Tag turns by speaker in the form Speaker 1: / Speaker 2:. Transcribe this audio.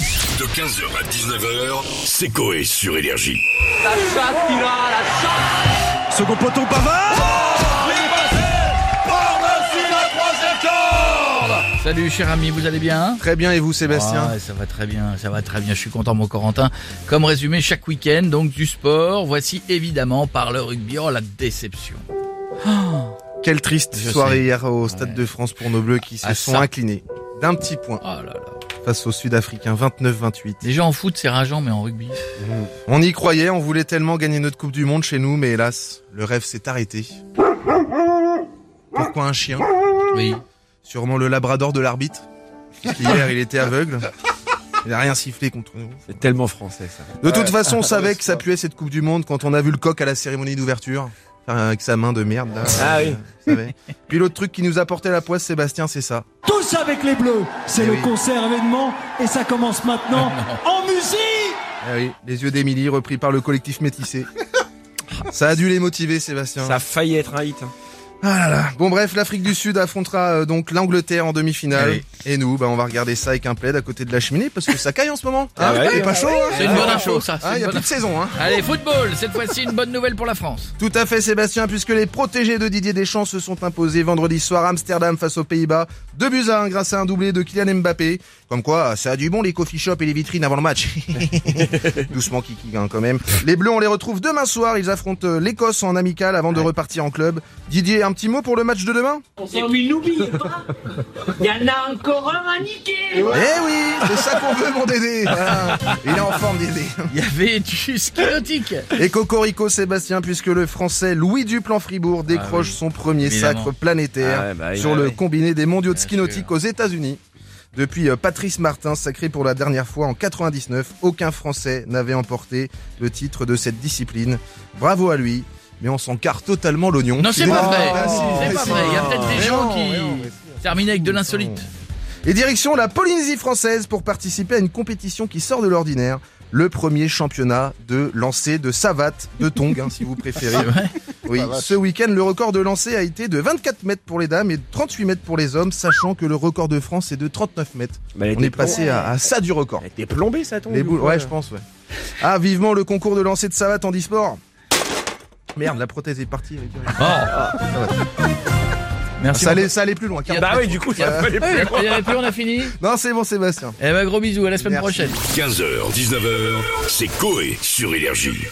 Speaker 1: De 15h à 19h, c'est Coé sur Énergie.
Speaker 2: La chatte qui va, la chatte
Speaker 3: Second poteau Pavard
Speaker 4: Salut cher ami, vous allez bien
Speaker 3: Très bien et vous Sébastien
Speaker 4: Ah, Ça va très bien, ça va très bien, je suis content mon Corentin. Comme résumé chaque week-end, donc du sport, voici évidemment par le rugby, oh la déception.
Speaker 3: Quelle triste
Speaker 4: Je
Speaker 3: soirée
Speaker 4: sais.
Speaker 3: hier au Stade
Speaker 4: Ouais.
Speaker 3: de France pour nos Bleus qui se
Speaker 4: Ah,
Speaker 3: sont
Speaker 4: ça.
Speaker 3: inclinés d'un petit point
Speaker 4: Oh là là.
Speaker 3: face aux Sud-Africains 29-28.
Speaker 4: Déjà en foot c'est rageant mais en rugby...
Speaker 3: On y croyait, on voulait tellement gagner notre Coupe du Monde chez nous, mais hélas, le rêve s'est arrêté. Pourquoi un chien
Speaker 4: Oui.
Speaker 3: Sûrement le labrador de l'arbitre. Parce qu'hier, il était aveugle. Il n'a rien sifflé contre nous.
Speaker 5: C'est tellement français ça.
Speaker 3: De toute façon, on savait que ça puait cette Coupe du Monde quand on a vu le coq à la cérémonie d'ouverture. Enfin, avec sa main de merde, là.
Speaker 5: Ah oui.
Speaker 3: vous savez. Puis l'autre truc qui nous apportait la poisse, Sébastien, c'est ça.
Speaker 6: Tous avec les bleus, c'est
Speaker 3: Eh
Speaker 6: le
Speaker 3: oui.
Speaker 6: concert événement et ça commence maintenant en musique
Speaker 3: Ah oui, les yeux d'Émilie, repris par le collectif métissé. Ça a dû les motiver, Sébastien.
Speaker 5: Ça a failli être un hit. hein.
Speaker 3: Ah là là. Bon bref, l'Afrique du Sud affrontera euh, donc l'Angleterre en demi-finale.
Speaker 4: Allez.
Speaker 3: Et nous, bah, on va regarder ça avec un plaid à côté de la cheminée parce que ça caille en ce moment.
Speaker 5: Ah ouais.
Speaker 3: Il est pas chaud. hein
Speaker 4: C'est une
Speaker 3: Ah,
Speaker 4: bonne
Speaker 3: pas
Speaker 4: info,
Speaker 3: chaud.
Speaker 4: ça, c'est
Speaker 3: Ah,
Speaker 4: une
Speaker 3: Il y a
Speaker 4: bonne
Speaker 3: plus de saison. Hein.
Speaker 4: Allez football, cette fois-ci une bonne nouvelle pour la France.
Speaker 3: Tout à fait, Sébastien, puisque les protégés de Didier Deschamps se sont imposés vendredi soir à Amsterdam face aux Pays-Bas. Deux buts à un grâce à un doublé de Kylian Mbappé. Comme quoi, ça a du bon les coffee shops et les vitrines avant le match. Doucement, Kiki, hein, quand même. Les Bleus, on les retrouve demain soir. Ils affrontent euh, l'Écosse en amical avant de repartir en club. Didier, un petit mot pour le match de demain
Speaker 7: Et puis n'oubliez pas, il y en a encore un à niquer
Speaker 3: Eh oui, c'est ça qu'on veut, mon Dédé. Voilà. Il est en forme, Dédé.
Speaker 4: Il y avait du ski nautique.
Speaker 3: Et Cocorico, Sépastien, puisque le Français Louis Duplan Fribourg décroche son premier
Speaker 4: Ah Évidemment.
Speaker 3: sacre planétaire
Speaker 5: Ah ouais, bah,
Speaker 3: sur
Speaker 5: bah,
Speaker 3: le
Speaker 5: ouais.
Speaker 3: combiné des mondiaux de
Speaker 4: Bien
Speaker 3: ski
Speaker 4: sûr.
Speaker 3: nautique aux États-Unis. Depuis euh, Patrice Martin, sacré pour la dernière fois en 99, aucun Français n'avait emporté le titre de cette discipline. Bravo à lui, mais on s'en carre totalement l'oignon.
Speaker 4: Non c'est
Speaker 3: Il est-
Speaker 4: pas vrai,
Speaker 3: Ah, si,
Speaker 4: c'est
Speaker 3: mais
Speaker 4: pas
Speaker 3: si.
Speaker 4: vrai, il y a peut-être des
Speaker 3: Mais
Speaker 4: gens
Speaker 3: non, mais non, mais
Speaker 4: qui terminaient avec de l'insolite.
Speaker 3: Et direction la Polynésie française pour participer à une compétition qui sort de l'ordinaire. Le premier championnat de lancer de savate, de tongue, hein, si vous préférez. Oui, ce week-end, le record de lancer a été de 24 mètres pour les dames et de 38 mètres pour les hommes, sachant que le record de France est de 39 mètres.
Speaker 5: Bah, elle
Speaker 3: On
Speaker 5: était
Speaker 3: est passé
Speaker 5: plombée.
Speaker 3: à, à ça du record.
Speaker 5: Elle était plombée ça tombe.
Speaker 3: Les boules, ouais, je pense, ouais. Ah, vivement le concours de lancer de savate en e-sport. Merde, la prothèse est partie.
Speaker 4: Oh. Merci.
Speaker 3: Ça Ah
Speaker 4: beaucoup.
Speaker 3: allait, ça allait plus loin.
Speaker 4: Il y a-
Speaker 5: Bah oui, du coup, ça fallait
Speaker 4: Oui,
Speaker 5: plus.
Speaker 4: Il y avait plus, on a fini.
Speaker 3: Non, c'est bon, Sébastien.
Speaker 4: Eh ben gros bisous, à la semaine
Speaker 3: Merci.
Speaker 4: prochaine.
Speaker 1: 15h, 19h, c'est Coé sur Énergie.